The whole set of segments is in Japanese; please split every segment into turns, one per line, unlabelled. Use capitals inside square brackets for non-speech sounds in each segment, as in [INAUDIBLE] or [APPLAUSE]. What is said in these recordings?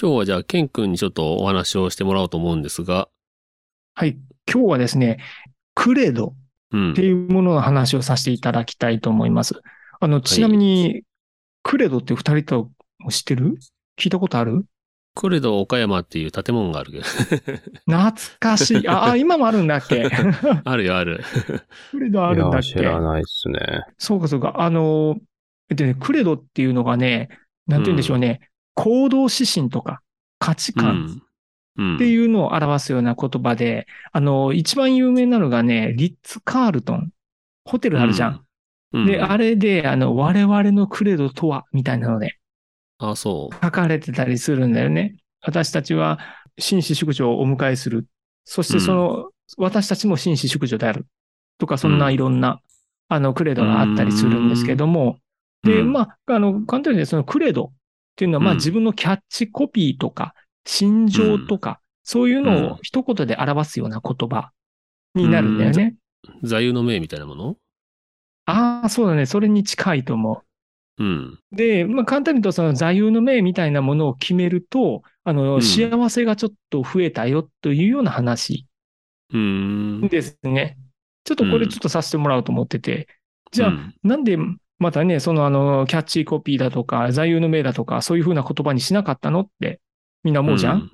今日はじゃあ、ケン君にちょっとお話をしてもらおうと思うんですが、
はい。今日はですね、クレド
う
っ
ん
て。いうものの話をさせていただきたいと思います。あの、ちなみに、クレドって二人とも知ってる聞いたことある
クレド岡山っていう建物があるけど、
[LAUGHS] 懐かしい。
[LAUGHS]
あ、あ今もあるんだっけ
あるよある。
クレドあるんだっ
いや、知
け
らないっすね。
そうかそうか。あの、えっとね、クレドっていうのがね、なんて言うんでしょうね、行動指針とか価値
う
観
ん。うん。
っていうのを表すような言葉で、あの、一番有名なのがね、リッツ・カールトン。ホテルあるじゃん。
うん。
で、あ
れ
れで、あの、我々のクレドとは、みたいなので
あ、そう。
書かれてたりするんだよね。私たちは、紳士淑女をお迎えする。そして、その、私たちも紳士淑女である。とか、そんないろんな、あの、クレドがあったりするんですけども、で、
うん
まあ、あの、簡単に言うとそのクレドっていうのは、まあ、
うん
自分のキャッチコピーとか、心情とか、そういうの
うん
を一言で表すような言葉になるんだよね。
座右の銘みたいなもの
ああ、そうだね。それに近いと思う。
うん。
で、まあ、簡単に言うと、その座右の銘みたいなものを決めると、あの、
うん
幸せがちょっと増えたよというような話
うーん。
ですね。ちょっとこれちょっとさせてもらおうと思ってて。じゃ
う
あ、
ん
なんでまたね、そのあの、キャッチーコピーだとか、座右の銘だとか、そういうふうな言葉にしなかったのってみんな思うじゃん。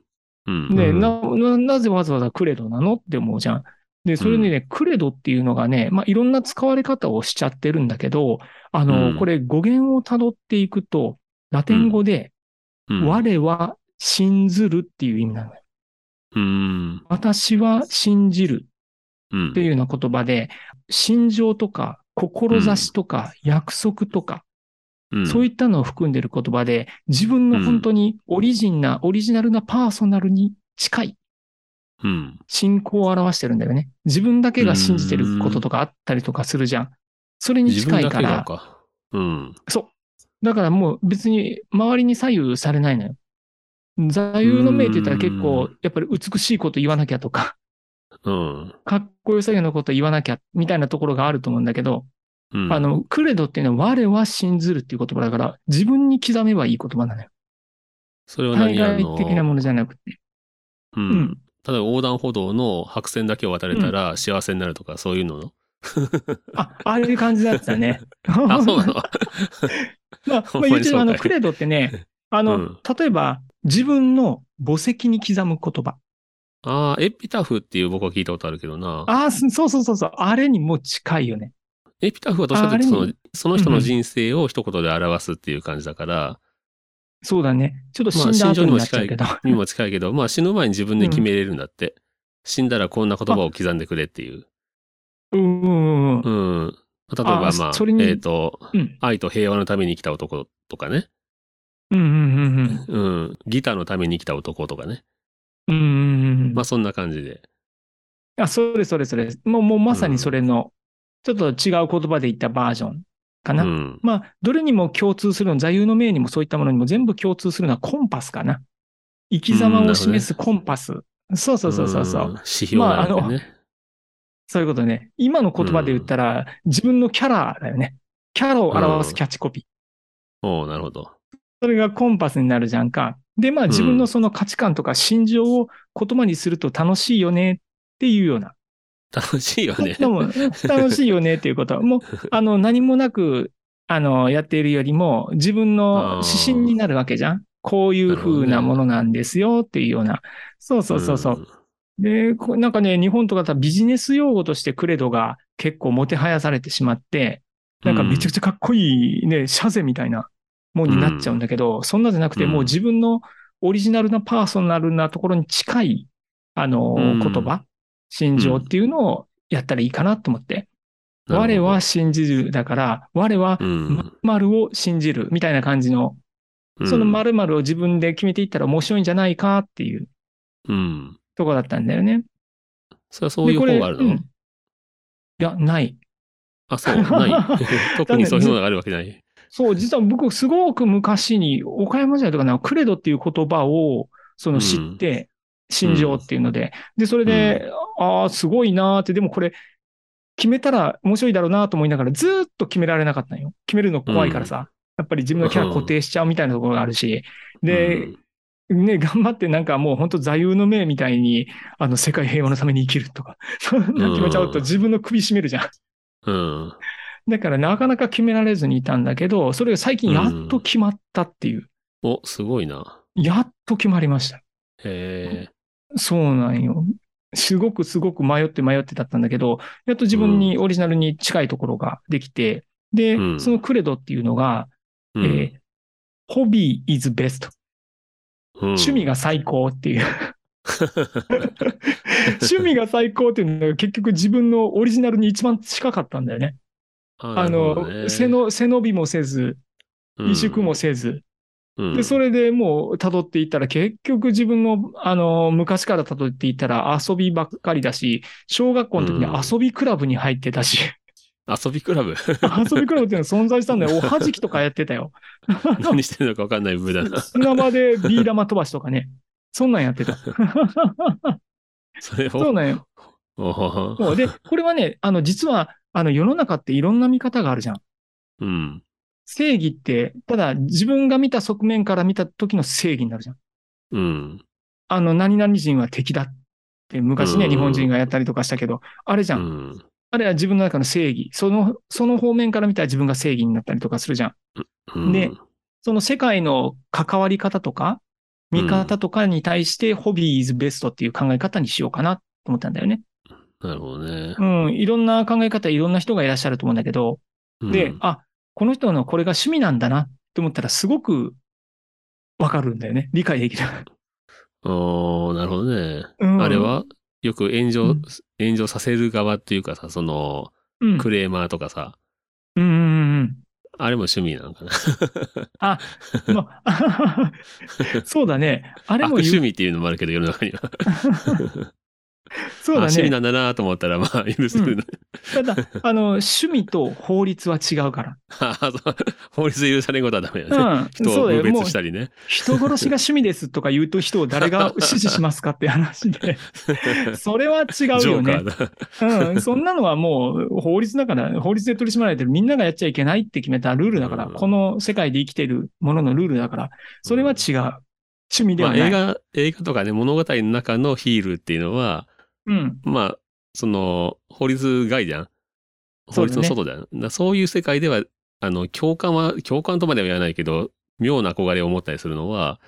うん。
ね、
うん
な、な、なぜわざわざクレドなのって思うじゃん。で、それにね、クレドっていうのがね、まあ、いろんな使われ方をしちゃってるんだけど、あの、
うん
これ語源をたどっていくと、ラテン語で、
うん。
我は信ずるっていう意味なのよ。
うん。
私は信じる
うん
っていうような言葉で、心情とか、志とか、約束とか、
うん。
そういったのを含んでる言葉で、自分の本当にオリジンな、オリジナルなパーソナルに近い
うん。
信仰を表してるんだよね。自分だけが信じてることとかあったりとかするじゃん。それに
自
近
分
い
だ
か
けが
ら、
か。うん。
そう。だからもう別に周りに左右されないのよ。座右の銘って言ったら結構
う、
やっぱり美しいこと言わなきゃとか、 [LAUGHS]
うん。
かっこよさげなこと言わなきゃみたいなところがあると思うんだけど、
うん
あ、の、クレドっていうのは我は信ずるっていう言葉だから、自分に刻めばいい言葉なのよ。
それは
対
何あ
外
の
的なものじゃなくて。
う
うんん。
例えば横断歩道の白線だけを渡れたら幸せになるとか、そういうのの
あ、ああいう感じだったね。
[LAUGHS] あ、そうなの
[LAUGHS] まあ、
ほ
ま
んまに
あ、言うて
そう
あ
かい
の、クレドっ
[LAUGHS]
てね、あの、
うん
例えば、自分の墓石に刻む言葉。
ああ、エピタフっていう僕は聞いたことあるけどな。
ああ、すそうそうそうそう、あれにも近いよね。
エピタフはどうしたというと
ああ
そ
れ
の、その人
うん
の
うん
人生を一言で表すっていう感じだから、
そうだね。ちょっと死
まあ
んだ
心情に
後に
も
なっちゃ
近
う
い
けど。
にも近いけど、まあ死ぬ前に自分で決めれるんだって。死んだらこんな言葉を刻んでくれっていう。
[LAUGHS] うんうんうん
う。ん。まあ例えば
あ
まあ、
それに
えっ、と、
うん
愛と平和のために生きた男とかね。
うんうんうんうん。
うん。ギターのために生きた男とかね。
うんうんうんう
まあそんな感じで。
ん。あ、それそれそれ。もう、もうまさにそれの、ちょっと違う言葉で言ったバージョンか
う
な。
ん。
まあ、どれにも共通するの、座右の銘にもそういったものにも全部共通するのはコンパスかな。生き様を示すコンパス。そうそうそうそうそう。
ん指標なんでね。
そういうことね。今の言葉で言ったら、自分のキャラだよね。キャラを表すキャッチコピー。
おうなるほど。
それがコンパスになるじゃんか。で、まあ
うん
自分のその価値観とか心情を言葉にすると楽しいよねっていうような。
楽しいよね。
[LAUGHS] でも、楽しいよねっていうこ
[LAUGHS]
とは、もう、あの、何もなく、あの、やっているよりも、自分の指針になるわけじゃん。こういう風なものなんですよっていうような。そうそうそうそう。で、こなんかね、日本とかだったらビジネス用語としてクレドが結構もてはやされてしまって、なんかめちゃくちゃかっこいいね、シャゼみたいなもんになっちゃうんだけど、そんなじゃなくて、
うん
もう自分のオリジナルなパーソナルなところに近い、あの、
うん
言葉、心情っていうのをやったらいいかなと思って。
うん
我は、信じるだから、我は
うん
〇を信じるみたいな感じの、その
ま
〇〇を自分で決めていったら面白いんじゃないかっていう。
うん。
とこだったんだよね。
それはそういう
で
本
こ
が
れ
ある
うん
の
いや、ない。
あ、そう、
[LAUGHS]
ない。 [LAUGHS] 特にそういうものがあるわけない。
そう、実は僕、すごく昔に、岡山時代とかな、クレドっていう言葉を、その知って、信条っていうので、で、それで、ああ、すごいなーって、でもこれ、決めたら面白いだろうなと思いながら、ずーっと決められなかったんよ。決めるの怖いからさ、やっぱり自分のキャラ固定しちゃうみたいなところがあるし、で、ね、頑張ってなんかもう本当座右の銘みたいに、あの、世界平和のために生きるとか、 [LAUGHS] そんな決めちゃうと自分の首絞めるじゃん。
うん、うん。
だからなかなか決められずにいたんだけど、それが最近やっと決まったっていう。
お、すごいな。
やっと決まりました。
へえ。
そうなんよ。すごくすごく迷って迷ってだったんだけど、やっと自分にオリジナルに近いところができて、で、
うん
そのクレドっていうのが、
う
えー
ん
ホビー is best。趣味
が。
が最高っていう。趣味が最高っていうのが結局自分のオリジナルに一番近かったんだよね。あ
あ
の、背、の、背伸びもせず、萎縮もせず、で、そ
れ、
れでもう辿っていったら、結局自分の、あの、昔から辿っていったら遊びばっかりだし、小学校の時に遊びクラブに入ってたし、 [LAUGHS]
遊びクラブ [LAUGHS]
遊びクラブっていうのは存在したんだよ。おはじきとかやってたよ。
何してるのか分かんない部だな。
砂場でビー玉飛ばしとかね。そんなんやっ
[LAUGHS]
てた。
それを。
そうなんよ。
おほほ
そうで、これはね、あの、実は、あの、世の中っていろんな見方があるじゃん。
うん。
正義って、ただ自分が見た側面から見た時の正義になるじゃん。
うん。
あの、何々人は敵だって、昔ね、
うん
日本人がやったりとかしたけど、あれじ
う
ゃん。
ん。
あれは自分の中の正義。その、その方面から見たら自分が正義になったりとかするじゃん。
うん
で、その世界の関わり方とか、見方とかに対して、ホビーイズベストっていう考え方にしようかなと思ったんだよね。
なるほどね
う。ん。いろんな考え方、いろんな人がいらっしゃると思うんだけど、で、
うん
あ、この人のこれが趣味なんだなって思ったら、すごくわかるんだよね。理解でき
[LAUGHS]
る。
おーなるほどね。
うん
あれはよく炎
う
上
ん、
炎上させる側っていうかさ、その、
うん。
クレーマーとかさ、
うんうんうんうん。
あれも趣味なのかな。
ま
[LAUGHS]
あ、そうだね。あれ
悪
も言う
趣味っていう [LAUGHS] のもあるけど、世の中には。
そうだ
あ趣味
ね。
なんだなと思ったら、まあ、許す。
うんただ、あの、趣味と法律は違うか
[LAUGHS] あそう法律で許されんことはダメだね。
ら。うん。
[LAUGHS] 人
そ
を
うだ
分
よ。もう
別し、たりね。
人殺しが趣味ですとか言うと人を誰が支持しますかって話で、
[LAUGHS]
それは違う
ジョ
よ
ーカ
ね
ー。だ。
うん。そんなのはもう法律だから、法律で取り締まられてる。みんながやっちゃいけないって決めたルールだから、
うん
この世界で生きてるもののルールだから、それは違う。趣味で
[LAUGHS] ま
は
あ、
ない。
映画、映画とかね、物語の中のヒールっていうのは、
うん。
まあ、その、法律外じゃん。法
そうだ
律
ね
の外じゃん。そう,、そういう世界では、あの、共感は、共感とまでは言わないけど、妙な憧れを持ったりするのは、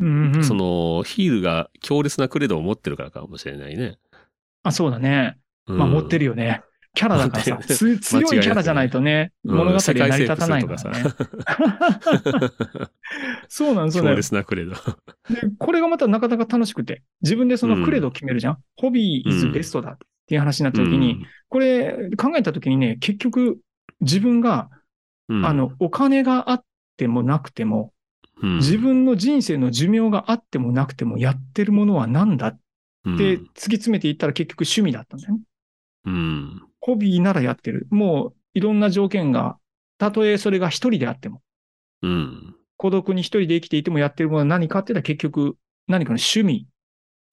うん、うん。
その、ヒールが強烈なクレードを持ってるからかもしれないね。
あ、そうだね。
うん
まあ持ってるよね。キャラだから
持
さ
っ、てる
つ強いキャラじゃないとね、
間違い
物語
な
が
く
成
ね
り立たないからね。 [LAUGHS] そうなんそう
強
なんで
烈なクレード。
これがまたなかなか楽しくて、自分でそのクレードを決めるじゃん。ホビーイズベストだっていう話になった時に、これ考えた時にね、結局自分が、
うん、
あの、お金があってもなくても、
うん、
自分の人生の寿命があってもなくてもやってるものは何だっ
分
て突き詰めていったら結局趣味だったんだよね。
うん。
ホビーならやってる。もういろんな条件が、たとえそれが一人であっても、
うん。
孤独に一人で生きていてもやってるものは何かって言ったら結局何かの趣味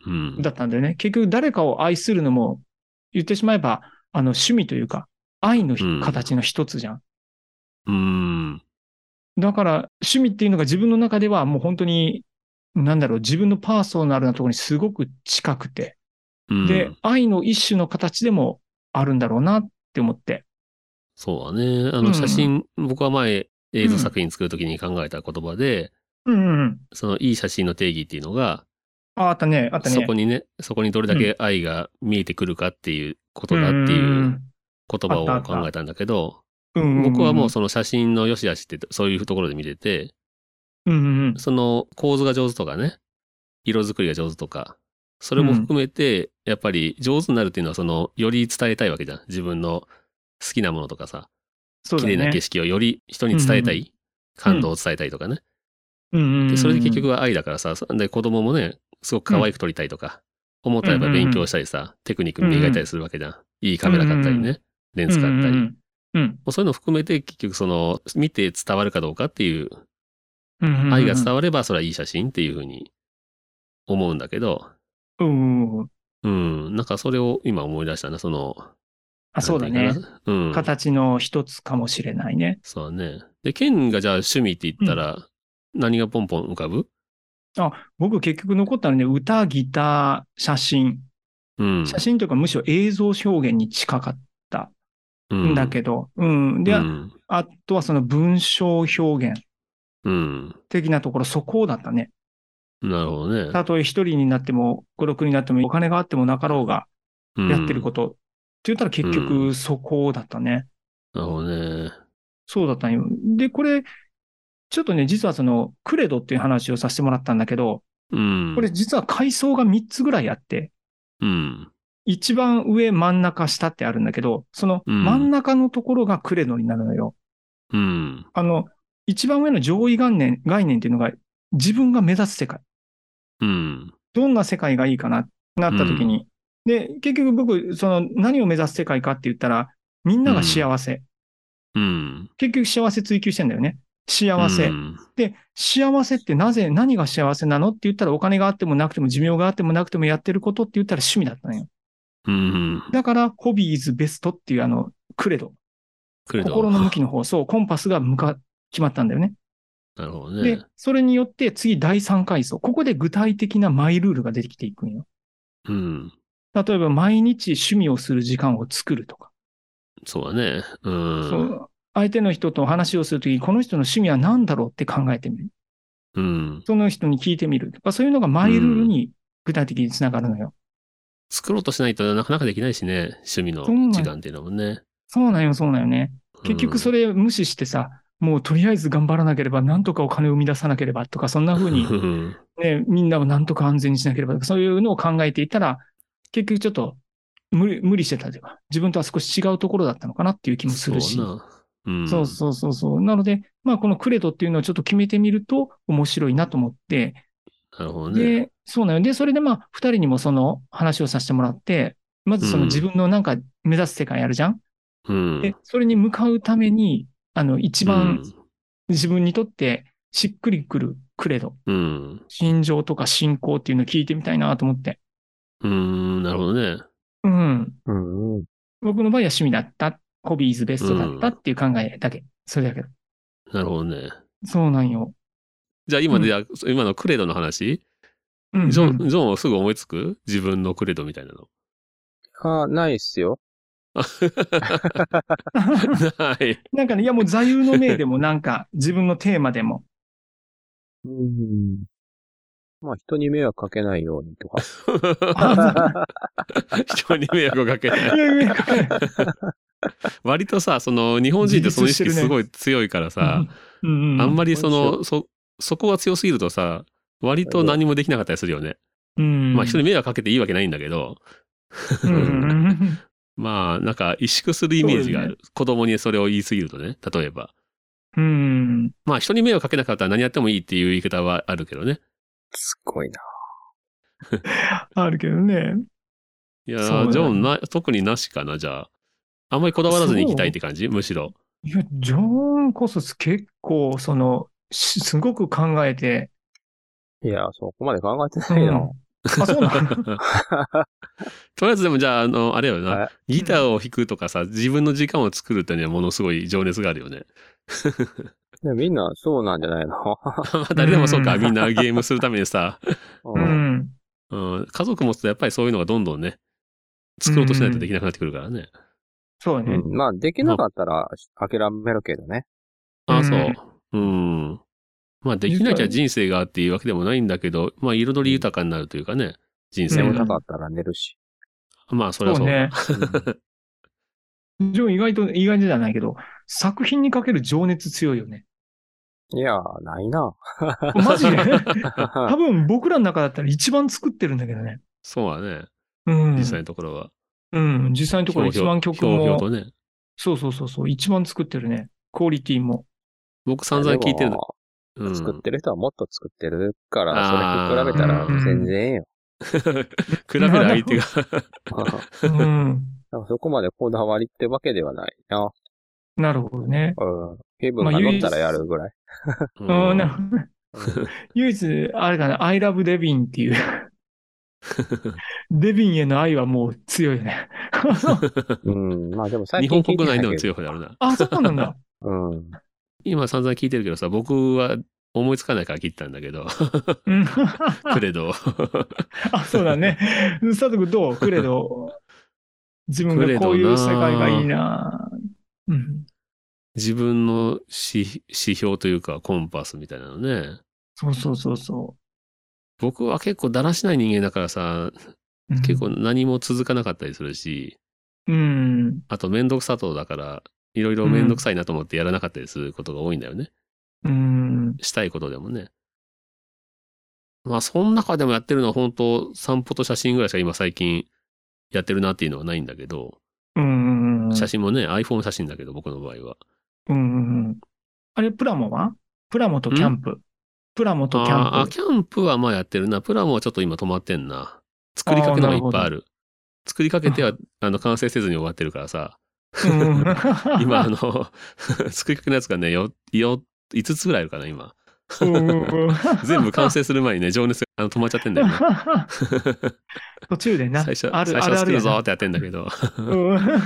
うん。
だったんだよね。結局誰かを愛するのも言ってしまえば、あの趣味というか、愛のひ
うん
形の一つじゃん。
うん。
だから趣味っていうのが自分の中ではもう本当に、なんだろう、自分のパーソナルなところにすごく近くて、
うん
で、愛の一種の形でもあるんだろうなって思って。
そうだね。あ
う
の
ん
写真、僕は前映像作品作るときに考えた言葉で、
うんうんうん。
そのいい写真の定義っていうのが、
ああったね、あったね。
そこにね、そこにどれだけ愛が見えてくるかっていうことだって
んん
い
ん
う言葉
あ
を
ったあった
考えたんだけど、
うんうんうん
僕はもうその写真の良し悪しってそういうところで見てて、
うんうん
その構図が上手とかね、色作りが上手とか、それも含めて、やっぱり上手になるっていうのはその、より伝えたいわけじゃん。自分の好きなものとかさ、
そうだ
綺麗な
ね
景。色をより人に伝えた
うん
い、感動を伝えたいとかね。
うんうんうん
でそれで結局は愛だからさ、そで子供もね、すごく可愛く撮りたいとか、思ったらやっぱ勉強したりさ、テクニック磨いたりするわけじゃん。いいカメラ買ったりね、レンズ買ったり。も
うん。
うそういうの含めて結局その、見て伝わるかどうかっていう、
うん。
愛が伝
わ
わればそれはいい写真っていうふうに思うんだけど、
る。うん。
うん、なんかそれを今思い出したな、その、
あ、そうだ
なん
ね
てい。かな。うん。
形の一つかもしれないね。
そうだね。で、ケンがじゃあ趣味って言ったら、何がポンポン浮かぶ
僕結局残ったのね、歌、ギター、写真。
うん。
写真というかむしろ映像表現に近かった
真
んだけど。うん。で、
うん。
あとはその文章表現
うん。
的なところ、そこだったね。
なるほどね。。
たとえ一人になっても、五六になっても、お金があってもなかろうが、やってることと。って言ったら結
う
局そこだったね。
なるほどね。
そうだったんよ。で、これ、ちょっとね、実はその、クレドっていう話をさせてもらったんだけど、
うん。
これ、実は階層が3つぐらいあって、
うん。
一番上、真ん中、下ってあるんだけど、その
うん
真ん中のところがクレドになるのよ。
うん。
あの、一番上の上位概念、概念っていうのが、自分が目指す世界。
うん。
どんな世界がいいかな、なった時に。で、結局僕、その、何を目指す世界かって言ったら、みんなが幸せ。
うん。
結局幸せ追求してんだよね。幸せ。
うん
で、幸せってなぜ、何が幸せなのって言ったらお金があってもなくても寿命があってもなくてもやってることって言ったら趣味だったのよ。
うん。
だから、ホビーイズベストっていうあの、クレド。
くれた
心の向きの方、そう、コンパスが向か、決まったんだよね。
なるほど
で
ね。、
それによって次第3階層。ここで具体的なマイルールが出てきていくんよ。
うん。
例えば、毎日趣味をする時間を作るとか。
そうだね。うん。
そう相手の人とお話をするとき、この人の趣味は何だろうって考えてみる。
うん。
その人に聞いてみるとか、そういうのがマイルールに具体的につながるのよ。
作ろうとしないとなかなかできないしね。趣味の時間っていうのもね。
そうなんよ、そうなんよね。結局そ
れ
れ無視してさ、もうとりあえず頑張らなければ、なんとかお金を生み出さなければとか、そんな風
[LAUGHS]
にね、みんなをなんとか安全にしなければとか、そういうのを考えていたら、結局ちょっと無理無理してたというか、自分とは少し違うところだったのかなっていう気もするし。
そうな。うん。
そうそうそうそう。なので、まあこのクレドっていうのをちょっと決めてみると面白いなと思って、
なるほどね。
で、そうなので、それでまあ二人にもその話をさせてもらって、まずその自分のなんか目指す世界あるじゃん
うん。
で、それに向かうために、あの、一
う
番
ん
自分にとってしっくりくるクレド、
うん。
心情とか信仰っていうのを聞いてみたいなと思って。
うん、なるほどね。
うん。
うんうん。
僕の場合は趣味だった。ホビーズベストだったっていう考えだけ。それだけど。
なるほどね。
そうなんよ。
じゃあ今
うん
で、じゃあ今のクレドの話、
うん、
ジョ
うん
ン、ジョンをすぐ思いつく自分のクレドみたいなの。
あ、ないっすよ。
はい。
[LAUGHS]
[LAUGHS]
なんかね、いやもう座右の銘でもなんか自分のテーマでも。
うん。まあ、人に迷惑かけないようにとか。
人に迷惑をかけない
い。やいやいや
割とさ、その日本人ってその意識
自立してるね
すごい強いからさ、
[LAUGHS] うんうん、
あんまりそ
そう
の、そ、そこが強すぎるとさ、割と何もできなかったりするよね。
うん、
まあ人に迷惑かけていいわけないんだけど、
うんうん
まあなんか萎縮するイメージがあ
そ
る。子供にそれを言いすぎるとね、例えば。
うん、うん。
まあ人に迷惑かけなかったら何やってもいいっていう言い方はあるけどね。
[LAUGHS] すごいな。
あるけどね。
いや
そうだ
ー、
ね
ジョンな、特になしかな、じゃあ。あんまりこだわらずに行きたいって感じむしろ。
いや、ジョンこそ結構、その、しすごく考えて、
いや、そこまで考えて
う
ないな。
ん、あ、そうな [LAUGHS] の
とりあえずでもじゃあ、あの、あれよ
は
な、ギターを弾くとかさ、自分の時間を作るってにはものすごい情熱があるよ
[LAUGHS]
ね。
でみんなそうなんじゃないの
まあ誰でもそうか、
うん
みんなゲームするためにさ、
う
う
んん。
うん、家族持つとやっぱりそういうのがどんどんね、作ろうとしないとできなくなってくるからね。
そうね。
うんまあ、できなかったら諦めるけどね。
ああ、そう。うん。まあできなきゃ人生があっていうわけでもないんだけど、まあ彩り豊かになるというかね、人生
眠
は。
たかったら寝るし。
まあそれ
そ
は
う
そう。
ね。ジョン意外と、意外じゃないけど、作品にかける情熱強いよ [LAUGHS] ね。
いや、ないな。
マ [LAUGHS] ジで多
あ
分僕らの中だったら一番作ってるんだけどね。
そうだね。
うん。
実際のところは。
うん。実際のところ一番曲
ひょうひょう
も
と、ね。
そうそうそうそう、一番作ってるね。クオリティも。
僕散々聞いてる
で
の。
も
うん
作ってる人はもっと作ってるか
あ
ら、
ー
それと比べたら全然ええよ。 [LAUGHS]
比べる相手が。[LAUGHS]
[LAUGHS] うん。
なんかそこまでこだわりってわけではないな。
なるほどね。
うん。気分が乗ったらやるぐらい。
う
う、
んん
なるほどね。 [LAUGHS] 唯一、あれかな、I love デビンっていう。
[LAUGHS]
[LAUGHS] デビンへの愛はもう強いよね。
うん。まあでも最
日
近
本
聞い
国
てない
内
け
で
ど。
も強い方だろうな。
あ、そうなんだ。
うん。
今散々聞いてるけどさ、僕は思いつかないから切ったんだけ
[LAUGHS]
ど、
うん。
クレドを。
あ、そうだね。佐藤君どうクレド。自分がこういう世界がいいな。うん。
自分の指指標というかコンパスみたいなのね。
そうそうそうそ
僕は結構だらしない人間だからさ、
う。うん
結構。何も続かなかったりするし、
うん。
あとめんどくさとだから、いろいろめんどくさいなと思ってやらなかったりすることが多いんだよね。
うん。
したいことでもね。まあ、その中でもやってるのは本当散歩と写真ぐらいしか今最近やってるなっていうのはないんだけど、
うん。
写真もね、iPhone 写真だけど、僕の場合は。
うんうんうん。あれ、プラモはプラモとキャンプ。プラモとキ
あー
ャン
あ、
プ。
キャンプはまあやってるな。プラモはちょっと今止まってんな。作りかけのがいっぱいある。作りかけては、あの、完成せずに終わってるからさ、
うん
今あの、作りかけのやつがね、よ、よ、5つぐらいあるかな、
[LAUGHS]
今。
[LAUGHS] うんうんうん
全部完成する前にね、情熱があの止まっちゃってんだよね。
[LAUGHS] 途中でな、
最初、
あ
最
る
初は
あるあ
作
る
る
や
ぞ
な
ってやってんだけ
[LAUGHS]
ど。 [LAUGHS]
うん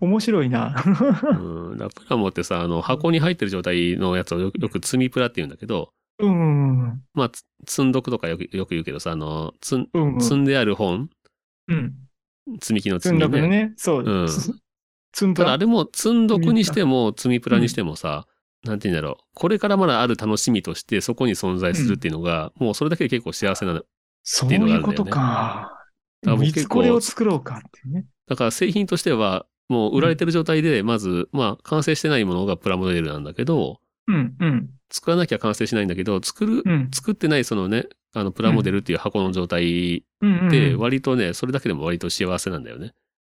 面白いな。
うん、ラプラモってさ、あの、箱に入ってる状態のやつをよくよく積みプラって言うんだけど、
うんうん
まあ、つ積んどくとかよくよく言うけどさ、あの、積ん
うん。
積んである本、
うん。
積み木の積
積ん
み
だく
ね。
のね。そう [LAUGHS] う。
ん
す積ん
ただあ
だ。
れも積んどくにしても、積みプラにしてもさ、なんて言うんだろう。これからまだある楽しみとして、そこに存在するっていうのが、もうそれだけで結構幸せなの。
そう
ていうの
い
があ
う
るん
こ
だよ
と
ね
か。
だから僕
い
結
つ
構
これを作ろうかっていうね。
だから製品としては、もう売られてる状態で、まず、まあ、完成してないものがプラモデルなんだけど、
うんうん
作らなきゃ完成しないんだけど、作る、
うん
作ってないそのね、あの、プラモデルっていう箱の状態
うんうん。
で、割とね、それだけでも割と幸せなんだよね。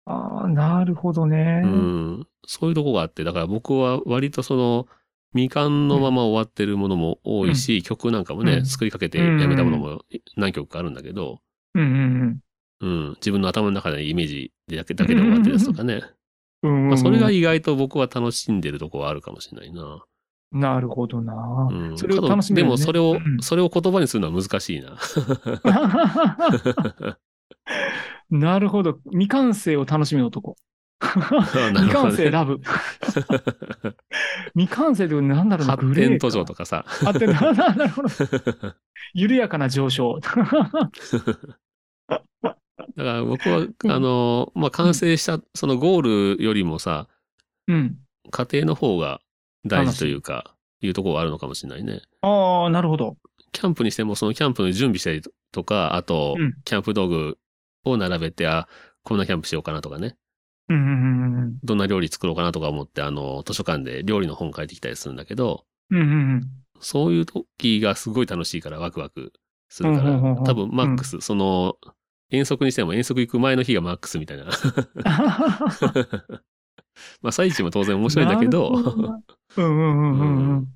ああ、なるほどね
う。ん。そういうとこがあって、だから僕は割とその、未完のまま終わってるものも多いし、曲なんかもね、
うん
作りかけてやめたものも何曲かあるんだけど、
うんうん
うん。自分の頭の中でイメージだけだけで終わってるやつとかね。
うん。
まあ、それが
い。
意外と僕は楽しんでるとこはあるかもしれないな。
なるほどな
う。ん。
それを楽しめ
で
るね
もそれを、
うん
それを言葉にするのは難し
[LAUGHS]
いな。
なるほど。未完成を楽しむ
[LAUGHS]
男。
未
未完成
[LAUGHS]
ラブ。未完成ってことなんだろうな、
発
グレー
展
か
途上とかさ。
発展途上。 [LAUGHS] なるほど。緩やかな上昇。 [LAUGHS]
だから僕は、
ん
あの、まあ、完成した、そのゴールよりもさ、
うん。
過程の方が大事というか、いうところはあるのかもしれないね。
ああ、なるほど。
キャンプにしても、そのキャンプの準備したりとか、あと
うん、
キャンプ道具を並べて、あ、こんなキャンプしようかなとかね。
うんうんうん
どんな料理作ろうかなとか思って、あの、図書館で料理の本書いてきたりするんだけど、
うん。うんうんうん。
そういう時がすごい楽しいから、ワクワクするか
う
ら
んうんうんうん、
多分マックス、その、遠足にしても遠足行く前の日がマックスみたいな。 [LAUGHS] まあ、最中も当然面白いんだけど、
[LAUGHS] なるほな。うんうんうんう
う
んう。
ん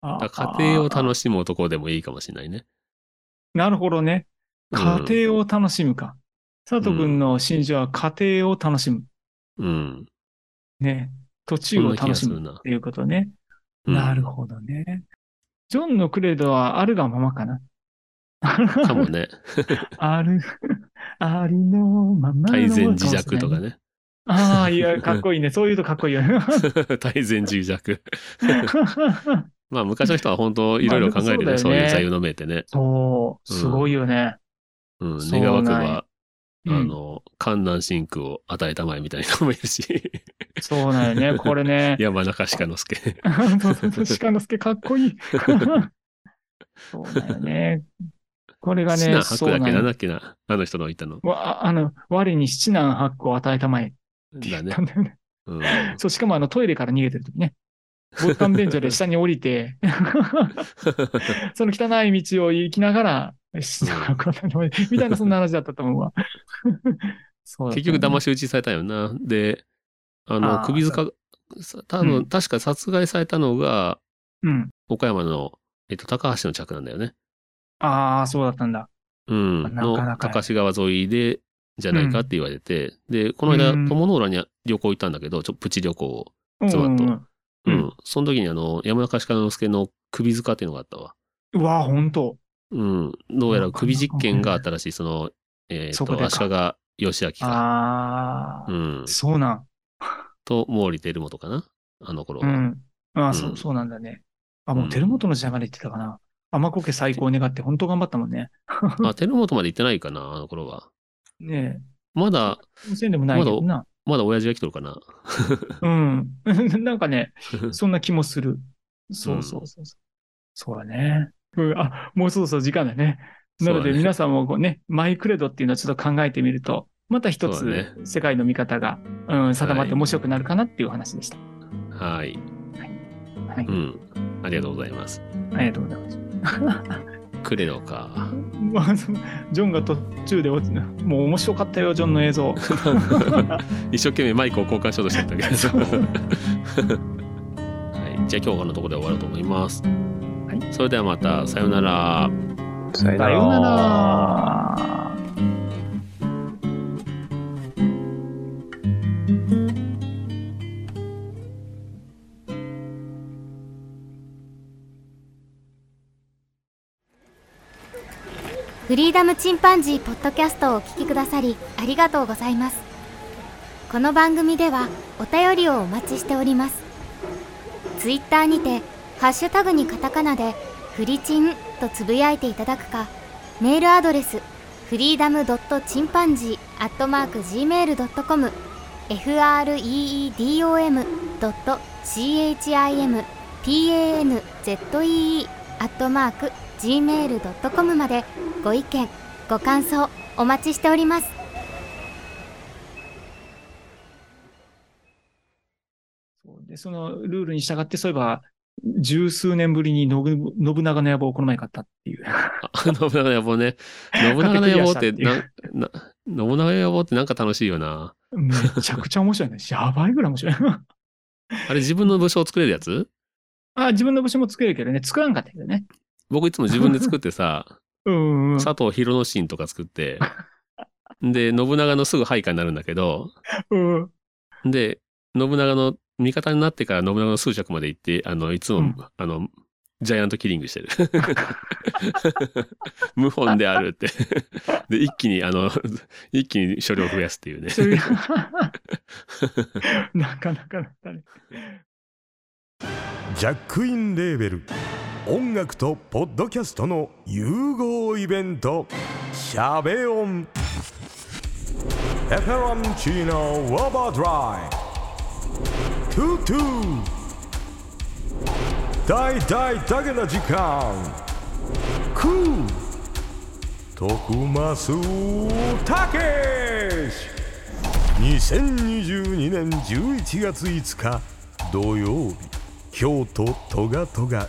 あ
だから家庭を
あ
楽しむ男でもいいかもしれないね。
なるほどね。家庭を楽しむか。佐藤君の心情は家庭を楽しむ。
うん。
ね。途
そ
中
ん
を
な気
楽
が
し
す
む
る
っ
な。
ていうことね。
うん
なるほどね。ジョンのクレードはあるがままかな。
か
[LAUGHS]
もね。
ある、 [LAUGHS] ありのままの
大前自弱とか。ね。 [LAUGHS]
ああ、いや、かっこいいね。そういうとかっこいいよね。
大前自弱。まあ、昔の人は本当いろいろ考えてね、
まあでも [LAUGHS] そ
そうう
だ
いう
よね
座右の銘ってね。
そう、すごいよね。
うん。
そう
願わく
なんや
ば、あ
うん
の、観南神区を与えたまえみたいな人もいるし、 [LAUGHS]
そうなんよね。これね。
山中鹿之助。
そうそうそう鹿之助かっこいい。そうだよね。これが
シ
ね、
ナ
そ
白
う
だっけ
な
なんんだ
よ
っけな。あの人の言ったの。
わあの、我に七難八苦を与えたまえって言
だ
っ
ね
た。んだよね。 [LAUGHS]
うん。
そう、しかもあのトイレから逃げてるときね。ボタン便
[LAUGHS]
所で下に降りて、 [LAUGHS] その汚い道を行きながら、みたいなそんな話だったと思
[LAUGHS]
うわ。そうだった
結
ね
局騙し討ちされたよな。で、あ
あ
の、
ー
首塚、さ多
う
分
ん
確か殺害されたのが、
うん。
岡山の、えっと、高橋の着なんだよね。
ああ、そうだったんだ。
うん。
なかなか
の、高橋川沿いで、じゃないかって言われて、で、この間、
うん
友の浦に旅行行ったんだけど、ちょ、プチ旅行を。
うん
そうだった
うん
う。
うんん
その時に、あの、山中鹿之助の首塚っていうのがあったわ。
うわあ、本当
うん。どうやら首実験があったらしい、その、えっ、
そこで
と、
か
足利義明か。
ああ、
うん。
そうなん。
と、毛利輝元かなあの頃
う
は。
ん。ああ、
う
そ
ん
う、そうなんだね。あ、
う
も
ん
う、照本の時代まで言ってたかな。天子家最高を願って、本当頑張ったもんね。
あ、輝元まで行ってないかなあの頃は。
ね
まだ、
え。温泉でもないけどな。
まだ親父が来とるかな。
うん。 [LAUGHS] なん
[LAUGHS]
かね、そんな気もする。そうそうそうそう。そうだね。うん、あ、もうそろそろ時間だね。なの
そうだ
で
ね
皆さんもこうね、マイクレドっていうのをちょっと考えてみると、また一
そうだね
つ世界の見方が、うん、定まって面白くなるかなっていうお話でした。
はい。
はい。
うん。ありがとうございます。
ありがとうございます。
クレロ
[LAUGHS]
か。
まあその [LAUGHS] ジョンが途中で落ち、もう面白かったよ、ジョンの映像。
一生懸命マイクを交換しようとしてたけど。[LAUGHS]
[LAUGHS] そう
はい。じゃあ今日はこのところで終わろうと思います。
い
それではまた、さようなら。 [LAUGHS]
さよ
さようなら。
フリーダムチンパンジーポッドキャストをお聞きくださりありがとうございますこの番組ではお便りをお待ちしておりますツイッターにてハッシュタグにカタカナでフリチンとつぶやいていただくかメールアドレスフリーダムドットチンパンジーアットマーク gmail.com freedom ドット chimpanzee アットマーク gmail.com までご意見ご感想お待ちしております
そうで、そのルールに従って、そういえば、十数年ぶりにのぐ信長の野望をこの前買ったっていう。
あ信長の野望ね。信長の野望ってな、な、信長の野望ってなんか楽しいよな。
めちゃくちゃ面白いね。やばいぐらい面白い。
あれ自分の武将作れるやつ
[LAUGHS] あ、自分の場所も作れるけどね、作らんかったけどね。
僕いつも自分で作ってさ、
うんうんうん。
佐藤博之進とか作
[LAUGHS]
って、で、信長のすぐ配下になるんだけど、
うん
で、信長の味方になってから信長の数尺まで行って、あの、いつも、
うん
あの、ジャイアントキリングしてる。 [LAUGHS] 無本であるって。 [LAUGHS] で、一気に、あの、一気に処理を増やすっていうね。
そう [LAUGHS] いうなかなかだったね。
ジャックインレーベル音楽とポッドキャストの融合イベント「シャベオン」「エフェロンチーノウォーバードライ」「トゥトゥ」「大大だけの時間」「クー」「徳マスたけし」2022年11月5日土曜日京都トガトガ